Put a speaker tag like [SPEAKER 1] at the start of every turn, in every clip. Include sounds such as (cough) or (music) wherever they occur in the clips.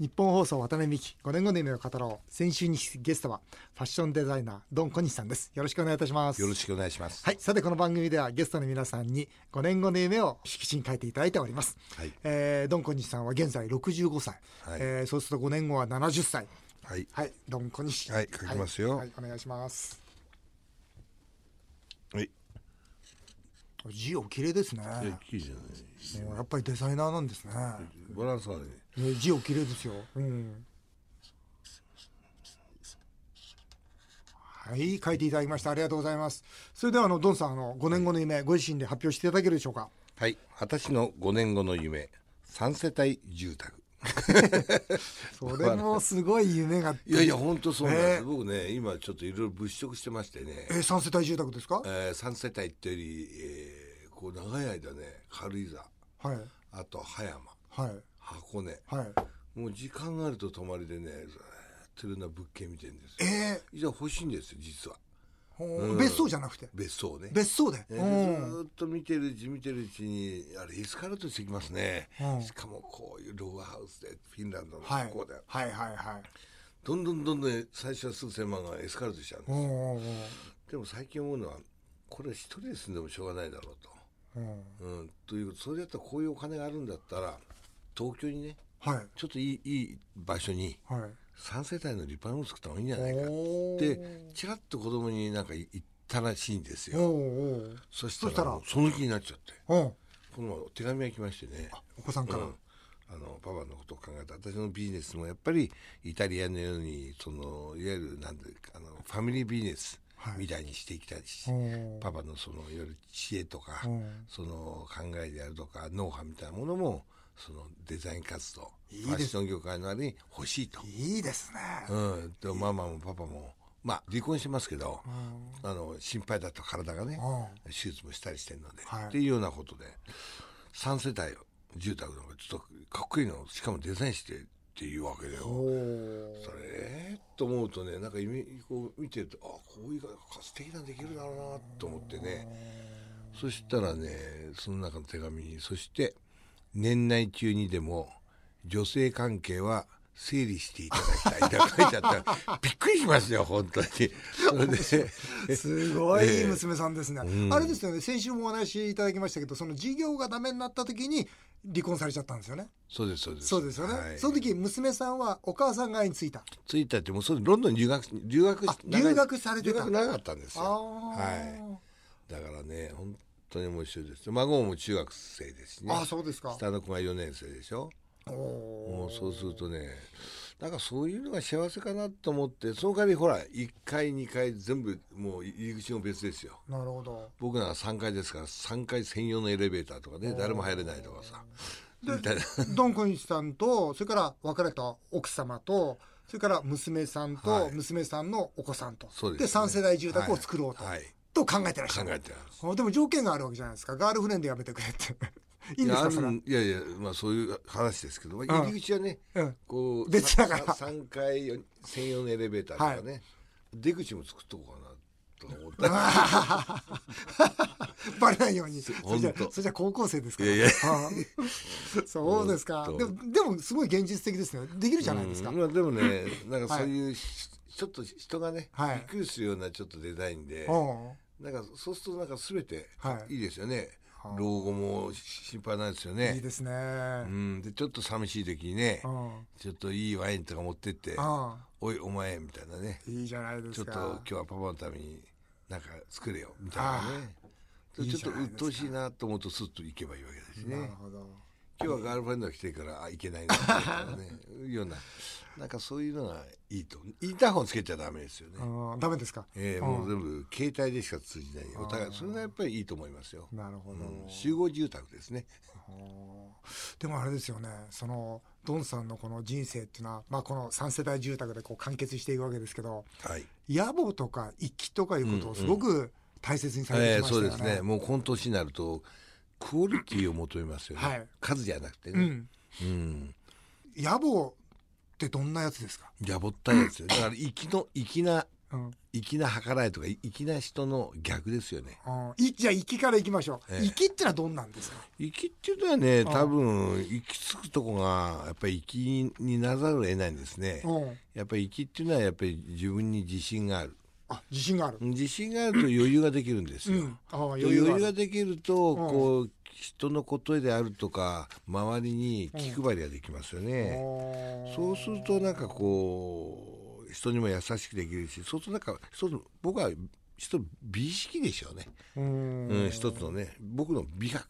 [SPEAKER 1] 日本放送渡辺美希5年後の夢を語ろう先週にゲストはファッションデザイナードン小西さんですよろしくお願いいたします
[SPEAKER 2] よろしくお願いします。
[SPEAKER 1] はいさてこの番組ではゲストの皆さんに5年後の夢を色紙に書いていただいております、
[SPEAKER 2] はい
[SPEAKER 1] えードン小西さんは現在65歳、
[SPEAKER 2] はい
[SPEAKER 1] えーそうすると5年後は70歳
[SPEAKER 2] はい。
[SPEAKER 1] はいドン小西
[SPEAKER 2] はい書きますよ
[SPEAKER 1] はい、お願いします
[SPEAKER 2] はい。
[SPEAKER 1] 字お綺麗ですね
[SPEAKER 2] いや、いいじゃない。
[SPEAKER 1] もうやっぱりデザイナーなんですね
[SPEAKER 2] バランスあるね。
[SPEAKER 1] ね字お綺麗ですようんはい書いていただきましたありがとうございますそれではあのドンさんあの5年後の夢ご自身で発表していただけるでしょうか
[SPEAKER 2] はい。私の5年後の夢、3世帯住宅。
[SPEAKER 1] それもすごい夢が
[SPEAKER 2] いやいや、本当そうなんです。
[SPEAKER 1] ね
[SPEAKER 2] 僕ね、今ちょっといろいろ物色してましてね
[SPEAKER 1] え、ー三世帯住宅ですか
[SPEAKER 2] えー、3世帯っていうより、えーこう長い間ね、軽井沢、
[SPEAKER 1] はい
[SPEAKER 2] あと葉山、
[SPEAKER 1] はい
[SPEAKER 2] 箱根、
[SPEAKER 1] はい
[SPEAKER 2] もう時間があると泊まりでね、ずーっといろんな物件見てるんです
[SPEAKER 1] え
[SPEAKER 2] よ。
[SPEAKER 1] ー
[SPEAKER 2] いや、欲しいんですよ、実は。
[SPEAKER 1] ほう別荘じゃなくて
[SPEAKER 2] 別荘ね。
[SPEAKER 1] 別荘で
[SPEAKER 2] え
[SPEAKER 1] うん
[SPEAKER 2] ーずーっと見てるうち見てるうちにあれエスカレートしてきますね、
[SPEAKER 1] うん
[SPEAKER 2] しかもこういうログハウスでフィンランドの
[SPEAKER 1] はい
[SPEAKER 2] こうだよ、
[SPEAKER 1] はいはいはい
[SPEAKER 2] どんどんどんどん最初は数千万がエスカレートしちゃうんで
[SPEAKER 1] う
[SPEAKER 2] す、
[SPEAKER 1] んうん
[SPEAKER 2] でも最近思うのはこれ一人で住んでもしょうがないだろう
[SPEAKER 1] うんうん
[SPEAKER 2] と、うん、というそれだったらこういうお金があるんだったら東京にね
[SPEAKER 1] はい
[SPEAKER 2] ちょっといいいい場所に
[SPEAKER 1] はい
[SPEAKER 2] 3世帯の立派なもの作った方がいいんじゃないか
[SPEAKER 1] お
[SPEAKER 2] ってちらっと子供になんか言ったらしいんです
[SPEAKER 1] おお
[SPEAKER 2] よ
[SPEAKER 1] う
[SPEAKER 2] そした
[SPEAKER 1] そした
[SPEAKER 2] ら
[SPEAKER 1] ら
[SPEAKER 2] もうその気になっちゃって
[SPEAKER 1] おううん
[SPEAKER 2] この前手紙が来ましてね
[SPEAKER 1] お子さんから、
[SPEAKER 2] うんあのパパのことを考えた私のビジネスもやっぱりイタリアのようにそのいわゆるなんであのファミリービジネス
[SPEAKER 1] はい
[SPEAKER 2] みたいにしていきたいし、
[SPEAKER 1] うん
[SPEAKER 2] パパのそのいわゆる知恵とか、
[SPEAKER 1] うん
[SPEAKER 2] その考えであるとかノウハウみたいなものもそのデザイン活動
[SPEAKER 1] いいです
[SPEAKER 2] ファッション業界のあれに欲しいと。
[SPEAKER 1] いいですね、
[SPEAKER 2] うん、でママもパパもまあ離婚してますけど、
[SPEAKER 1] うん
[SPEAKER 2] あの心配だと体がね、
[SPEAKER 1] う
[SPEAKER 2] 手術もしたりしてるので、
[SPEAKER 1] はい
[SPEAKER 2] っていうようなことで3世帯住宅の方がちょっとかっこいいのをしかもデザインしてっていうわけだよ。
[SPEAKER 1] お
[SPEAKER 2] それえーと思うとねなんか夢こう見てるとあこういうか素敵なのできるだろうなと思ってねそしたらねその中の手紙にそして年内中にでも女性関係は整理していただきたいって書いてあったらびっくりしましたよ本当にそ
[SPEAKER 1] (laughs)
[SPEAKER 2] れで
[SPEAKER 1] すご
[SPEAKER 2] え
[SPEAKER 1] いい
[SPEAKER 2] え
[SPEAKER 1] い娘さんですね、あれですよね先週もお話しいただきましたけどその事業がダメになった時に離婚されちゃったんですよね
[SPEAKER 2] そうですそうです
[SPEAKER 1] そうですよね、
[SPEAKER 2] はい
[SPEAKER 1] その時娘さんはお母さん側についた
[SPEAKER 2] 着いたってもうそれロンドンに留学留学
[SPEAKER 1] あ
[SPEAKER 2] し長い
[SPEAKER 1] 留学されて
[SPEAKER 2] 留
[SPEAKER 1] た
[SPEAKER 2] 学なかったんですよ
[SPEAKER 1] あー
[SPEAKER 2] はいだからね本当に面白いです孫も中学生ですしね
[SPEAKER 1] あそうですか
[SPEAKER 2] 下の子が4年生でしょも
[SPEAKER 1] お
[SPEAKER 2] うそうするとねなんかそういうのが幸せかなと思ってその代わりほら1階2階全部もう入り口も別ですよ
[SPEAKER 1] なるほど
[SPEAKER 2] 僕なんか3階ですから3階専用のエレベーターとかね誰も入れないとかさみたいな (laughs)
[SPEAKER 1] ドン小西さんとそれから別れた奥様とそれから娘さん
[SPEAKER 2] は
[SPEAKER 1] と
[SPEAKER 2] い
[SPEAKER 1] 娘さんのお子さんと、
[SPEAKER 2] そうですね
[SPEAKER 1] で3世代住宅を作ろうと,、 (laughs)
[SPEAKER 2] はいはい
[SPEAKER 1] と考えてらっし
[SPEAKER 2] 考
[SPEAKER 1] ゃる
[SPEAKER 2] えてます
[SPEAKER 1] あでも条件があるわけじゃないですかガールフレンドやめてくれっていいん
[SPEAKER 2] い
[SPEAKER 1] です
[SPEAKER 2] やあ
[SPEAKER 1] か
[SPEAKER 2] る
[SPEAKER 1] それは、
[SPEAKER 2] んいやいやまあそういう話ですけど、まあ、入り口はね、
[SPEAKER 1] うん (laughs)
[SPEAKER 2] こう
[SPEAKER 1] 別だから
[SPEAKER 2] 3階よ専用のエレベーターとかね、出口も作っとこうかなと思った
[SPEAKER 1] バレないようにそれじゃ
[SPEAKER 2] ほんと
[SPEAKER 1] それじゃ高校生ですから
[SPEAKER 2] いやいや
[SPEAKER 1] ああそうですか
[SPEAKER 2] ほん
[SPEAKER 1] で
[SPEAKER 2] と
[SPEAKER 1] もでもすごい現実的ですねできるじゃないですか、
[SPEAKER 2] うんまあでもねなんかそういうし、ちょっと人がね、
[SPEAKER 1] はい
[SPEAKER 2] びっくりするようなちょっとデザインで、
[SPEAKER 1] うん
[SPEAKER 2] なんかそうするとなんか全て
[SPEAKER 1] はい
[SPEAKER 2] いいですよね、
[SPEAKER 1] はあ
[SPEAKER 2] 老後も心配ないですよね
[SPEAKER 1] いいですね、
[SPEAKER 2] うん、でちょっと寂しい時にね、
[SPEAKER 1] うん
[SPEAKER 2] ちょっといいワインとか持ってって
[SPEAKER 1] ああ
[SPEAKER 2] 「おいお前」みたいなね
[SPEAKER 1] いいじゃないで
[SPEAKER 2] ちょ
[SPEAKER 1] す
[SPEAKER 2] っと
[SPEAKER 1] か
[SPEAKER 2] 今日はパパのためになんか作れよみたいなね
[SPEAKER 1] あ
[SPEAKER 2] でち
[SPEAKER 1] いい
[SPEAKER 2] ょっと
[SPEAKER 1] じゃないで
[SPEAKER 2] 鬱
[SPEAKER 1] すか
[SPEAKER 2] 陶しいなと思うとスッと行けばいいわけです
[SPEAKER 1] なる
[SPEAKER 2] ね
[SPEAKER 1] ほど
[SPEAKER 2] 今日はガールフレンドが来てるからあ行けないなみたいなね
[SPEAKER 1] (laughs)
[SPEAKER 2] いうようななんかそういうのがいいとインターホンつけちゃダメですよね、
[SPEAKER 1] うんダメですか
[SPEAKER 2] えーもう全部携帯でしか通じないお互いそれがやっぱりいいと思いますよ、
[SPEAKER 1] なるほど、
[SPEAKER 2] うん集合住宅ですね
[SPEAKER 1] でもあれですよねそのドンさんのこの人生っていうのは、まあ、この3世代住宅でこう完結していくわけですけど
[SPEAKER 2] はい、
[SPEAKER 1] 野暮とか一気とかいうことをすごく大切にされ
[SPEAKER 2] え
[SPEAKER 1] て
[SPEAKER 2] ー
[SPEAKER 1] きまし
[SPEAKER 2] そ
[SPEAKER 1] た
[SPEAKER 2] う
[SPEAKER 1] よ
[SPEAKER 2] で
[SPEAKER 1] ね。
[SPEAKER 2] すねもうこの年になるとクオリティを求めますよね、
[SPEAKER 1] はい
[SPEAKER 2] 数じゃなくて
[SPEAKER 1] う
[SPEAKER 2] ね
[SPEAKER 1] ん、
[SPEAKER 2] うん
[SPEAKER 1] 野暮ってどんなやつですか、
[SPEAKER 2] やぼったいやつよだから粋の粋な
[SPEAKER 1] うん
[SPEAKER 2] 粋な計らいとか粋な人の逆ですよね
[SPEAKER 1] うんいじゃあ行きから行きましょう、
[SPEAKER 2] ええ
[SPEAKER 1] 行きってのはどんなんですか
[SPEAKER 2] 粋っていうのはね多分行き着くとこがやっぱり粋になざるを得ないんですね
[SPEAKER 1] うん
[SPEAKER 2] やっぱり粋っていうのはやっぱり自分に自信がある
[SPEAKER 1] あ自信がある、
[SPEAKER 2] 自信があると余裕ができるんです
[SPEAKER 1] う
[SPEAKER 2] よ、
[SPEAKER 1] ん、ああ余
[SPEAKER 2] 余
[SPEAKER 1] 裕
[SPEAKER 2] 裕
[SPEAKER 1] がある
[SPEAKER 2] ができると、
[SPEAKER 1] うん
[SPEAKER 2] こう人のことであるとか周りに気配りができますよね、そうするとなんかこう人にも優しくできるしそうするとなんか一つ僕は一つ美意識でしょうね、
[SPEAKER 1] ううん
[SPEAKER 2] うん、一つのね僕の美学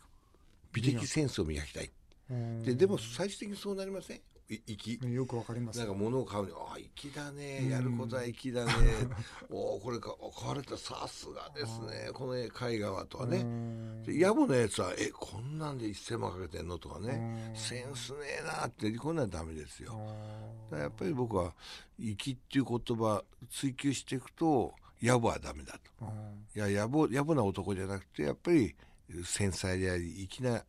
[SPEAKER 2] 美的センスを磨きたい
[SPEAKER 1] うん
[SPEAKER 2] ででも最終的にそうなりませんい粋
[SPEAKER 1] よくわかります
[SPEAKER 2] なんか物を買うに、ああ、粋だね、やることは粋だね、おお、これか、お買われた、さすがですね、この絵絵画はとかね。で野暮なやつは、え、こんなんで1000万かけてんのとかね、センスねえなって、こんなんダメですよ。だからやっぱり僕は、粋っていう言葉、追求していくと、野暮はダメだと。いや、野暮、野暮な男じゃなくて、やっぱり、繊細であり、粋な、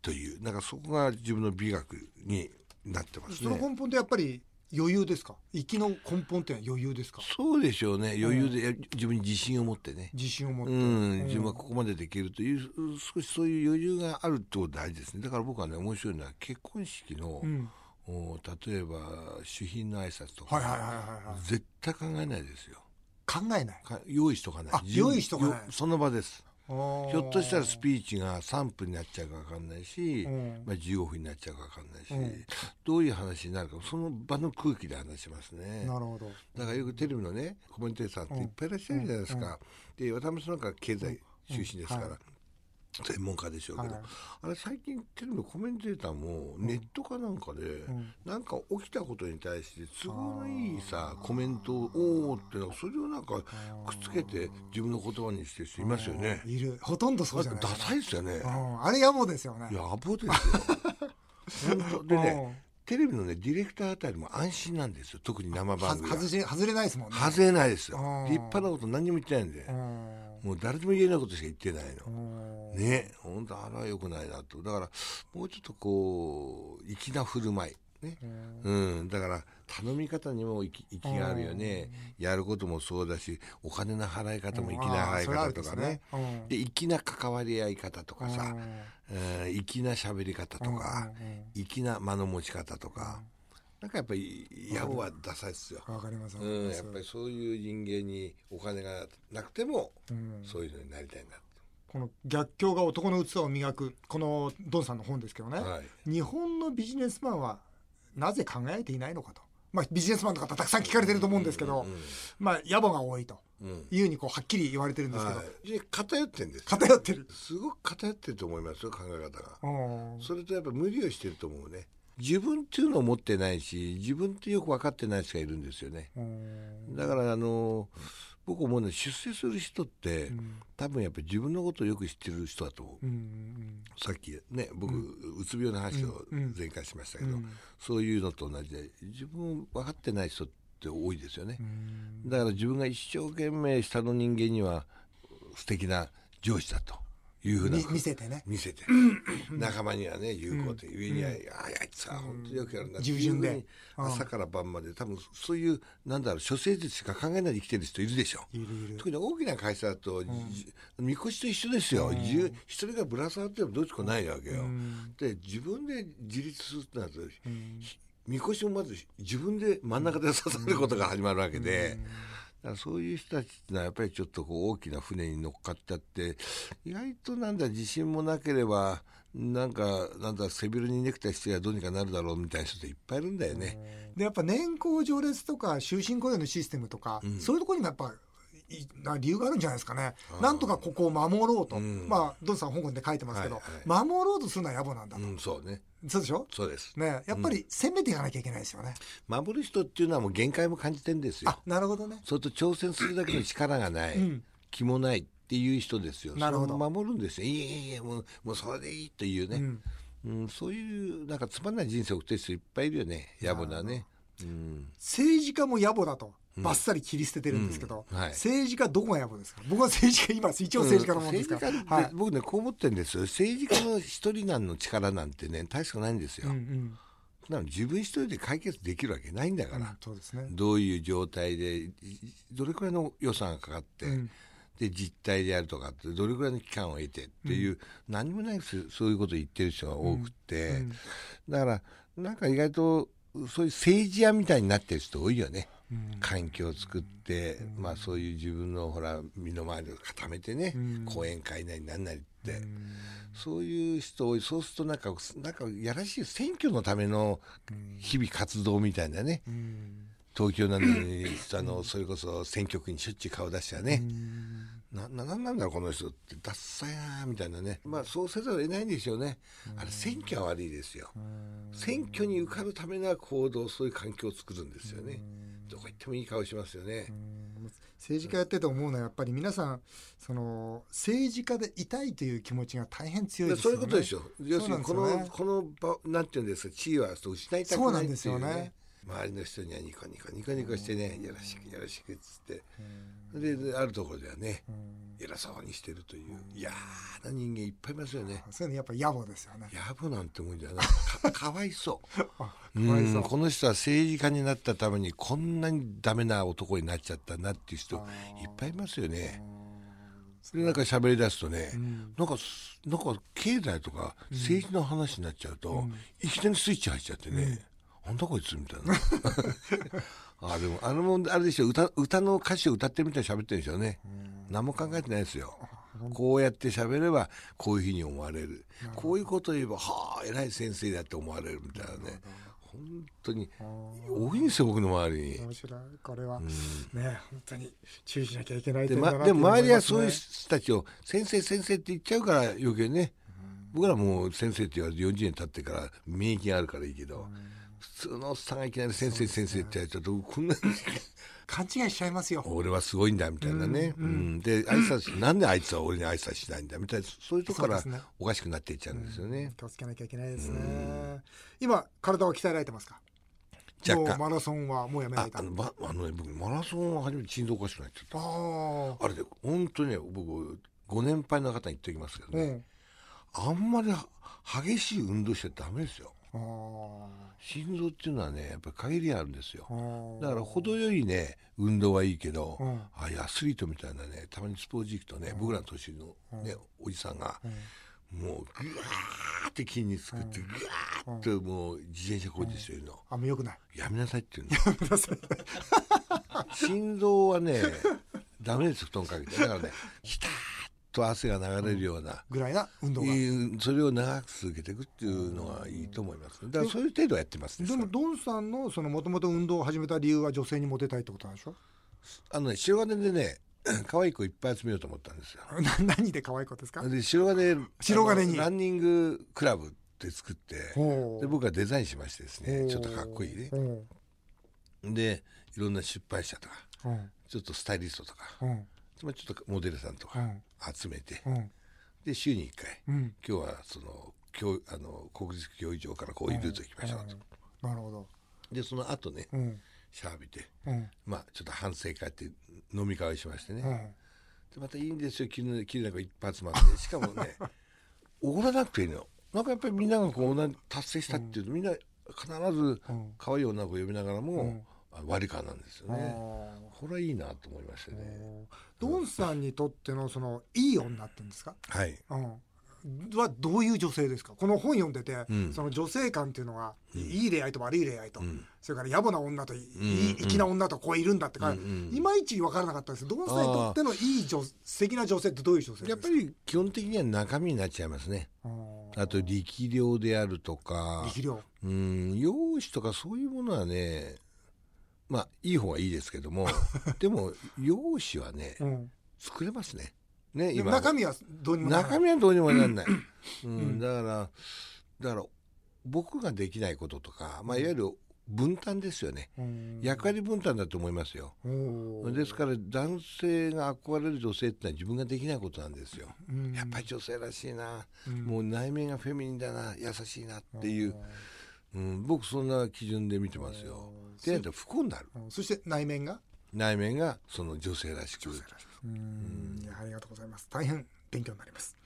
[SPEAKER 2] という、なんかそこが自分の美学になってますね。
[SPEAKER 1] その根本ってやっぱり余裕ですか行きの根本ってのは余裕ですか
[SPEAKER 2] そうでしょうね余裕で、いや自分に自信を持ってね、
[SPEAKER 1] 自信を持っ
[SPEAKER 2] う
[SPEAKER 1] て、
[SPEAKER 2] ん、自分はここまでできるといううん少しそういう余裕があるってこと大事ですねだから僕はね面白いのは結婚式の、
[SPEAKER 1] うん
[SPEAKER 2] お例えば主賓の挨拶とか、
[SPEAKER 1] はいはいはいはいはい
[SPEAKER 2] 絶対考えないですよ
[SPEAKER 1] 考えない
[SPEAKER 2] か用意しとかない
[SPEAKER 1] あ
[SPEAKER 2] 準備
[SPEAKER 1] 用意しとかない
[SPEAKER 2] よその場です
[SPEAKER 1] ひ
[SPEAKER 2] ひょ
[SPEAKER 1] ょ
[SPEAKER 2] っとしたらスピーチが3分になっちゃうか分かんないし、
[SPEAKER 1] うん
[SPEAKER 2] まあ、15分になっちゃうか分かんないし、
[SPEAKER 1] うん
[SPEAKER 2] どういう話になるかその場の空気で話しますね。
[SPEAKER 1] なるほど
[SPEAKER 2] だからよくテレビのねコメンテーターっていっぱいいらっしゃるじゃないですか、で渡辺さんなんか経済出身ですから、
[SPEAKER 1] はい
[SPEAKER 2] 専門家でしょうけど、
[SPEAKER 1] はい
[SPEAKER 2] あれ最近テレビのコメンテーターもネットかなんかで、
[SPEAKER 1] ん
[SPEAKER 2] なんか起きたことに対して都合のいいさコメントを「おお」ってのそれをなんかくっつけて自分の言葉にしてる人いますよね。
[SPEAKER 1] いるほとんど
[SPEAKER 2] あ
[SPEAKER 1] そう
[SPEAKER 2] れ
[SPEAKER 1] じゃない
[SPEAKER 2] ダサいですよね。
[SPEAKER 1] うんあれ野暮ですよね
[SPEAKER 2] いやアボですよ。本当で
[SPEAKER 1] うん
[SPEAKER 2] ねテレビのねディレクターあたりも安心なんですよ特に生
[SPEAKER 1] は
[SPEAKER 2] 番組は
[SPEAKER 1] 外し外れないですもんね
[SPEAKER 2] 外れないですよ
[SPEAKER 1] うん
[SPEAKER 2] 立派なこと何にも言ってないんで
[SPEAKER 1] うん
[SPEAKER 2] もう誰でも言えないことしか言ってない
[SPEAKER 1] うん
[SPEAKER 2] のね本当あれは良くないなとだからもうちょっとこう粋な振る舞いねうん、だから頼み方にも粋粋があるよねやることもそうだしお金の払い方も粋な払い方とか
[SPEAKER 1] うんあーそ
[SPEAKER 2] ね
[SPEAKER 1] れあるですねうん
[SPEAKER 2] で粋な関わり合い方とかさ
[SPEAKER 1] うん
[SPEAKER 2] うん粋な喋り方とか
[SPEAKER 1] うんうんうん
[SPEAKER 2] 粋な間の持ち方とかなんかやっぱり野暮はダサいっすよ。
[SPEAKER 1] わかりますわかり
[SPEAKER 2] うん、
[SPEAKER 1] ま
[SPEAKER 2] や
[SPEAKER 1] す
[SPEAKER 2] っぱりそういう人間にお金がなくても、
[SPEAKER 1] うん
[SPEAKER 2] そういうのになりたいなと
[SPEAKER 1] この逆境が男の器を磨くこのドンさんの本ですけどね、
[SPEAKER 2] はい
[SPEAKER 1] 日本のビジネスマンはなぜ考えていないのかと、まあ、ビジネスマンの方たくさん聞かれてると思うんですけど、まあ、野暮が多いと
[SPEAKER 2] うん
[SPEAKER 1] いうふうにこうはっきり言われてるんですけど、
[SPEAKER 2] はい、で偏ってんです
[SPEAKER 1] 偏ってる、
[SPEAKER 2] すごく偏ってると思いますよ考え方が
[SPEAKER 1] うん
[SPEAKER 2] それとやっぱ無理をしてると思うね自分っていうのを持ってないし自分ってよく分かってない人がいるんですよね
[SPEAKER 1] うん
[SPEAKER 2] だからあの僕思うのは出世する人って、多分やっぱり自分のことをよく知ってる人だと思う
[SPEAKER 1] うんうん
[SPEAKER 2] さっきね僕、うつ病の話を前回しましたけど、そういうのと同じで自分を分かってない人って多いですよね、
[SPEAKER 1] うん
[SPEAKER 2] だから自分が一生懸命下の人間には素敵な上司だというふうな
[SPEAKER 1] み見せてね
[SPEAKER 2] 見せて仲間にはね有効で、上には、ああいつは本当によくやるなっていう
[SPEAKER 1] 従順で
[SPEAKER 2] ふうに朝から晩まで多分そういうなんだろう処世術しか考えないで生きてる人いるでしょ
[SPEAKER 1] いるいる
[SPEAKER 2] 特に大きな会社だと、じみこしと一緒ですよ、じゅ一人がぶら下がってもどっちかないわけよ、で自分で自立するってなると、ひみこしをまず自分で真ん中で支えることが始まるわけで、だからそういう人たちってのはやっぱりちょっとこう大きな船に乗っかっちゃって意外となんだ自信もなければなんかなんだ背広にネクタイしてりゃどうにかなるだろうみたいな人っていっぱいいるんだよね。
[SPEAKER 1] でやっぱ年功序列とか終身雇用のシステムとか、そういうところにもやっぱいな理由があるんじゃないですかねなんとかここを守ろうと、
[SPEAKER 2] ん
[SPEAKER 1] まあドンさん本文で書いてますけど、
[SPEAKER 2] はい
[SPEAKER 1] 守ろうとするのは野暮なんだ
[SPEAKER 2] う
[SPEAKER 1] と、
[SPEAKER 2] ん、そうね
[SPEAKER 1] そうでしょ
[SPEAKER 2] そうです
[SPEAKER 1] ねやっぱり攻めていかなきゃいけないですよね、
[SPEAKER 2] 守る人っていうのはもう限界も感じてんですよ
[SPEAKER 1] あなるほどね
[SPEAKER 2] それと挑戦するだけの力がない、気もないっていう人ですよ。
[SPEAKER 1] なるほど
[SPEAKER 2] それを守るんですよ。いえいえいえ、もう、もうそれでいいというね。うんそういう、なんかつまんない人生を送ってる人いっぱいいるよね。野暮なね。うん。
[SPEAKER 1] 政治家も野暮だとバッサリ切り捨ててるんですけど、
[SPEAKER 2] うんはい
[SPEAKER 1] 政治家どこが野暮ですか僕は政治家今一応政治家のもんですから、
[SPEAKER 2] 政治家
[SPEAKER 1] は
[SPEAKER 2] っ
[SPEAKER 1] い
[SPEAKER 2] て僕ね、こう思ってるんですよ。政治家の一人なんの力なんてね、大したくないんですよ。
[SPEAKER 1] うん
[SPEAKER 2] そんなの自分一人で解決できるわけないんだから、
[SPEAKER 1] うんそうですね。
[SPEAKER 2] どういう状態でいどれくらいの予算がかかって、
[SPEAKER 1] うん
[SPEAKER 2] で実態であるとかってどれくらいの期間を得てっていう、何もないですそういうことを言ってる人が多くて、
[SPEAKER 1] うん
[SPEAKER 2] だからなんか意外とそういう政治家みたいになってる人多いよね。
[SPEAKER 1] うん
[SPEAKER 2] 環境を作って、まあそういう自分のほら身の回りを固めてね、
[SPEAKER 1] うん
[SPEAKER 2] 講演会なりなんなりって、そういう人多いそうするとなんかなんかやらしい選挙のための日々活動みたいなね
[SPEAKER 1] うん
[SPEAKER 2] 東京なのにあのそれこそ選挙区にしょっちゅう顔出したね、なななんなんだろうこの人ってダッサいなみたいなねまあそうせざるを得ないんですよねあれ選挙は悪いですよ選挙に受かるための行動そういう環境を作るんですよねどこ行ってもいい顔しますよね
[SPEAKER 1] 政治家やってて思うのはやっぱり皆さんその政治家でいたいという気持ちが大変強いです
[SPEAKER 2] そう
[SPEAKER 1] よ
[SPEAKER 2] い
[SPEAKER 1] ね。
[SPEAKER 2] うことでしょ要するにこの
[SPEAKER 1] そうなんですよね
[SPEAKER 2] この場なんていうんですか地位は失いたく
[SPEAKER 1] そう
[SPEAKER 2] な
[SPEAKER 1] ないん
[SPEAKER 2] ってい
[SPEAKER 1] で
[SPEAKER 2] う
[SPEAKER 1] すよね
[SPEAKER 2] ね周りの人にはニコニコニコニコしてねよろしくよろしくっつってでであるところではね偉そうにしてるという嫌な人間いっぱいいますよね
[SPEAKER 1] そういうのやっぱ野暮ですよね。
[SPEAKER 2] 野暮なんてもんじゃないかかわいそう
[SPEAKER 1] かわい
[SPEAKER 2] うん
[SPEAKER 1] そう
[SPEAKER 2] この人は政治家になったためにこんなにダメな男になっちゃったなっていう人いっぱいいますよね。それなんか喋り出すとね、なんかすなんか経済とか政治の話になっちゃうと、いきなりスイッチ入っちゃってね、なんだこいつみたいなあでもあのもあれでしょ歌歌の歌詞を歌ってるみたいに喋ってるんでしょうね、何も考えてないですよこうやって喋ればこういうふうに思われるこういうことを言えばはあ偉い先生だって思われるみたいなね本当に多いんですよ僕の周りに。
[SPEAKER 1] 面白いこれは、ね本当に注意しなきゃいけない
[SPEAKER 2] で,、
[SPEAKER 1] 点
[SPEAKER 2] ま
[SPEAKER 1] だな、
[SPEAKER 2] でも周りは
[SPEAKER 1] と
[SPEAKER 2] そういう
[SPEAKER 1] 思
[SPEAKER 2] 人たちを「先生先生」って言っちゃうから余計ね僕らもう先生って言われて40年経ってから免疫があるからいいけど普通のおっさんがいきなり「先生先生」って言われちゃうとこんな (laughs) に
[SPEAKER 1] ますね勘違いしちゃいますよ。
[SPEAKER 2] 俺はすごいんだみたいなね、うんで挨拶なんであいつは俺に挨拶しないんだみたいなそういうとこか
[SPEAKER 1] そう
[SPEAKER 2] ら
[SPEAKER 1] ですね
[SPEAKER 2] おかしくなっていっちゃうんですよね。
[SPEAKER 1] 気をつけなきゃいけないですね。今体を鍛えられてますか。
[SPEAKER 2] 若干
[SPEAKER 1] もうマラソンはもうやめら
[SPEAKER 2] あ
[SPEAKER 1] れた。
[SPEAKER 2] あ
[SPEAKER 1] あ
[SPEAKER 2] の,、ま、あのね僕マラソンを初めて心臓おかしくなっちゃった
[SPEAKER 1] あー、
[SPEAKER 2] あれで本当にね僕ご年配の方に言っておきますけ
[SPEAKER 1] う
[SPEAKER 2] どね、
[SPEAKER 1] ん、
[SPEAKER 2] あんまりは激しい運動しちゃダメですよ。
[SPEAKER 1] あ
[SPEAKER 2] 心臓っていうのはねやっぱり限りあるんですよ
[SPEAKER 1] ーあー、
[SPEAKER 2] だから程よいね運動はいいけど、
[SPEAKER 1] うん
[SPEAKER 2] ああいうアスリートみたいなねたまにスポーツ行くとね、僕らの年の、ねおじさんが、もうグワーって筋肉作って、グワーってもう自転車工事してるの、
[SPEAKER 1] あんま良くない。 (laughs)
[SPEAKER 2] やめなさいって言うの心臓はね (laughs) ダメです布団かけてだからねひたーっと汗が流れるような、
[SPEAKER 1] ぐらいな運動が。
[SPEAKER 2] いいそれを長く続けていくっていうのはいいと思います。だからそういう程度はやってますね。
[SPEAKER 1] でもドンさんのそのもともと運動を始めた理由は女性にモテたいってことなんでしょ (laughs)
[SPEAKER 2] あのね、白金でね、 (clears throat) 可愛い子いっぱい集めようと思ったんですよ。
[SPEAKER 1] な何で可愛い子ですか
[SPEAKER 2] で、白金、
[SPEAKER 1] 白金に
[SPEAKER 2] あのランニングクラブって作って、
[SPEAKER 1] ほう
[SPEAKER 2] で、僕はデザインしましてですね、ちょっとかっこいいね
[SPEAKER 1] う。ん
[SPEAKER 2] で、いろんな出版社とか、
[SPEAKER 1] うん
[SPEAKER 2] ちょっとスタイリストとか、
[SPEAKER 1] うん
[SPEAKER 2] つまりちょっとモデルさんと
[SPEAKER 1] う
[SPEAKER 2] か
[SPEAKER 1] ん
[SPEAKER 2] 集めて、
[SPEAKER 1] うん
[SPEAKER 2] で、週に1回、
[SPEAKER 1] うん
[SPEAKER 2] 今日はその、教あの国立競技場からこういうルート行きましょうと。
[SPEAKER 1] なるほど
[SPEAKER 2] で、その後ね
[SPEAKER 1] う、ん
[SPEAKER 2] シャービて、
[SPEAKER 1] うん
[SPEAKER 2] まあちょっと反省会って飲み会をしましてね。
[SPEAKER 1] うん
[SPEAKER 2] でまたいいんですよ切れ切れなんか一発までしかも (laughs) ねおごらなくていいのなんかやっぱりみんながこうな達成したっていうと、みんな必ず
[SPEAKER 1] うん
[SPEAKER 2] 可愛い女の子を呼びながらも、あ割り勘なんですよ
[SPEAKER 1] あ
[SPEAKER 2] ね
[SPEAKER 1] ー
[SPEAKER 2] これはいいなと思いましたね
[SPEAKER 1] おードンさんにとってのそのいい女っていうんですか
[SPEAKER 2] はい
[SPEAKER 1] うんはどういう女性ですかこの本読んでて、
[SPEAKER 2] うん
[SPEAKER 1] その女性感っていうのが、いい恋愛と悪い恋愛と、
[SPEAKER 2] ん
[SPEAKER 1] それから野暮な女といい
[SPEAKER 2] うん
[SPEAKER 1] 粋な女とこういるんだってか、
[SPEAKER 2] うんうん
[SPEAKER 1] いまいち分からなかったんですどうさんにとってのいい女素敵な女性ってどういう女性ですか
[SPEAKER 2] やっぱり基本的には中身になっちゃいますね
[SPEAKER 1] うん
[SPEAKER 2] あと力量であるとか
[SPEAKER 1] 力量
[SPEAKER 2] うん容姿とかそういうものはねまあいい方がいいですけど (laughs) もでも容姿はね
[SPEAKER 1] うん
[SPEAKER 2] 作れますねね
[SPEAKER 1] でも中身はどうにもならな
[SPEAKER 2] 中
[SPEAKER 1] い
[SPEAKER 2] 身はどうにもなん (laughs) ない、うん、だからだから僕ができないこととか、まあ、いわゆる分担ですよね
[SPEAKER 1] うん
[SPEAKER 2] 役割分担だと思いますよ
[SPEAKER 1] おー
[SPEAKER 2] ですから男性が憧れる女性ってのは自分ができないことなんですよ
[SPEAKER 1] うん
[SPEAKER 2] やっぱり女性らしいな、
[SPEAKER 1] うん
[SPEAKER 2] もう内面がフェミニンだな優しいなっていう、うん、僕そんな基準で見てますよでないと不幸になる
[SPEAKER 1] うんそして内面が
[SPEAKER 2] 内面がその女性らしく
[SPEAKER 1] うんいやありがとうございます大変勉勉強になります。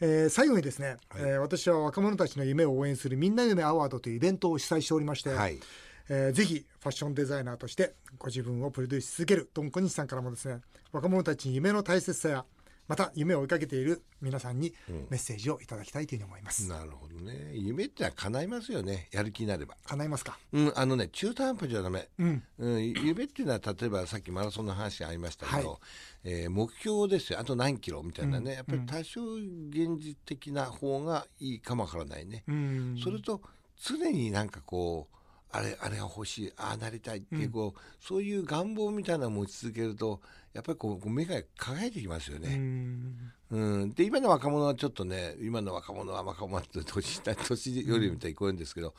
[SPEAKER 1] えー最後にですね、えー私は若者たちの夢を応援するみんな夢アワードというイベントを主催しておりまして、
[SPEAKER 2] はい
[SPEAKER 1] えーぜひファッションデザイナーとしてご自分をプロデュースし続けるドン小西さんからもですね若者たちに夢の大切さやまた夢を追いかけている皆さんにメッセージをいただきたいというふうに思います、
[SPEAKER 2] なるほどね夢ってのは叶いますよねやる気になれば
[SPEAKER 1] 叶いますか
[SPEAKER 2] うん、あのね中途半端じゃダメ、
[SPEAKER 1] うん
[SPEAKER 2] うん夢っていうのは例えばさっきマラソンの話ありましたけど、
[SPEAKER 1] はい
[SPEAKER 2] えー目標ですよあと何キロみたいなね、やっぱり多少現実的な方がいいかもわからないね、
[SPEAKER 1] うん
[SPEAKER 2] それと常になんかこうあれあれが欲しいああなりたいっていうこう、そういう願望みたいなのを持ち続けるとやっぱりこうこう目が輝いてきますよね。
[SPEAKER 1] うん
[SPEAKER 2] うん、で今の若者はちょっとね今の若者は若者って年下 (laughs) 年よりみたいに聞こえるんですけど、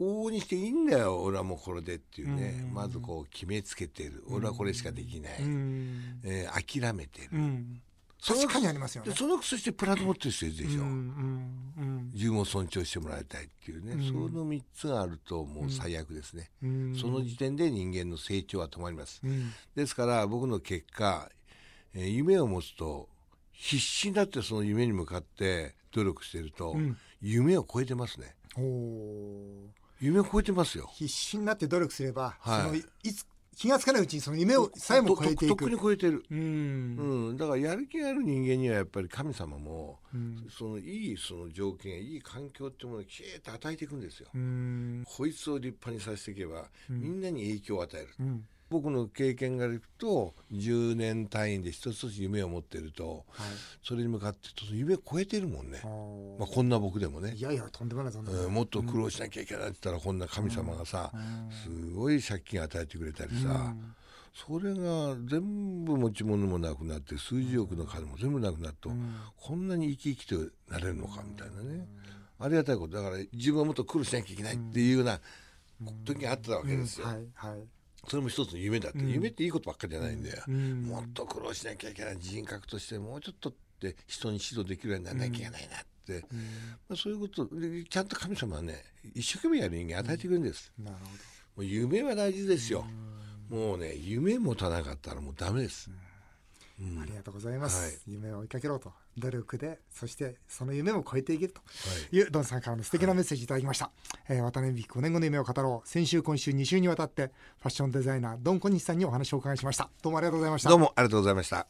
[SPEAKER 2] 往々にしていいんだよ俺はもうこれでっていうね、まずこう決めつけてる俺はこれしかできない、
[SPEAKER 1] うん
[SPEAKER 2] えー諦めてる、
[SPEAKER 1] うん
[SPEAKER 2] その
[SPEAKER 1] 確かにありますよね
[SPEAKER 2] でそのそしてプライド持ってる人いるでしょ、
[SPEAKER 1] うんうん
[SPEAKER 2] 自分を尊重してもらいたいっていうね、その3つがあるともう最悪ですね、
[SPEAKER 1] うん
[SPEAKER 2] その時点で人間の成長は止まります、
[SPEAKER 1] うん
[SPEAKER 2] ですから僕の結果、えー夢を持つと必死になってその夢に向かって努力してると、
[SPEAKER 1] ん
[SPEAKER 2] 夢を超えてますね
[SPEAKER 1] おお
[SPEAKER 2] 夢を超えてますよ
[SPEAKER 1] 必死になって努力すれば、
[SPEAKER 2] はい
[SPEAKER 1] そのいいつ気がつかないうちにその夢をさえも超えてい
[SPEAKER 2] ととっく
[SPEAKER 1] く
[SPEAKER 2] に超えてる、
[SPEAKER 1] う
[SPEAKER 2] うんん、だからやる気がある人間にはやっぱり神様も、
[SPEAKER 1] うん
[SPEAKER 2] そのいいその条件いい環境ってものをきちっと与えていくんですよ、
[SPEAKER 1] うん
[SPEAKER 2] こいつを立派にさせていけば、みんなに影響を与える、
[SPEAKER 1] うん
[SPEAKER 2] 僕の経験からいくと10年単位で一つずつ夢を持ってると、それに向かってちょっと夢を超えてるもんね、
[SPEAKER 1] おー
[SPEAKER 2] まあ、こんな僕でもね
[SPEAKER 1] い、やいやとんでもないそんな
[SPEAKER 2] うんもっと苦労しなきゃいけないって言ったらこんな神様がさ、すごい借金与えてくれたりさ、それが全部持ち物もなくなって数十億の金も全部なくなると、こんなに生き生きとなれるのかみたいなね、ありがたいことだから自分はもっと苦労しなきゃいけないっていうような時があったわけですよ。
[SPEAKER 1] はいはい
[SPEAKER 2] それも一つの夢だって、夢っていいことばっかりじゃないんだよ、もっと苦労しなきゃいけない人格としてもうちょっとって人に指導できるようにならなきゃいけないなって、まあ、そういうことでちゃんと神様はね一生懸命やる人間与えてくれるんです、
[SPEAKER 1] なるほ
[SPEAKER 2] もう夢は大事ですよ、もうね夢持たなかったらもうダメです、
[SPEAKER 1] どありがとうございます、
[SPEAKER 2] はい
[SPEAKER 1] 夢を追いかけろと努力でそしてその夢を超えていけると
[SPEAKER 2] い
[SPEAKER 1] いう、ドンさんからの素敵なメッセージいただきました、えー渡辺美希5年後の夢を語ろう先週今週2週にわたってファッションデザイナードン小西さんにお話をお伺いしましたどうもありがとうございました
[SPEAKER 2] どうもありがとうございました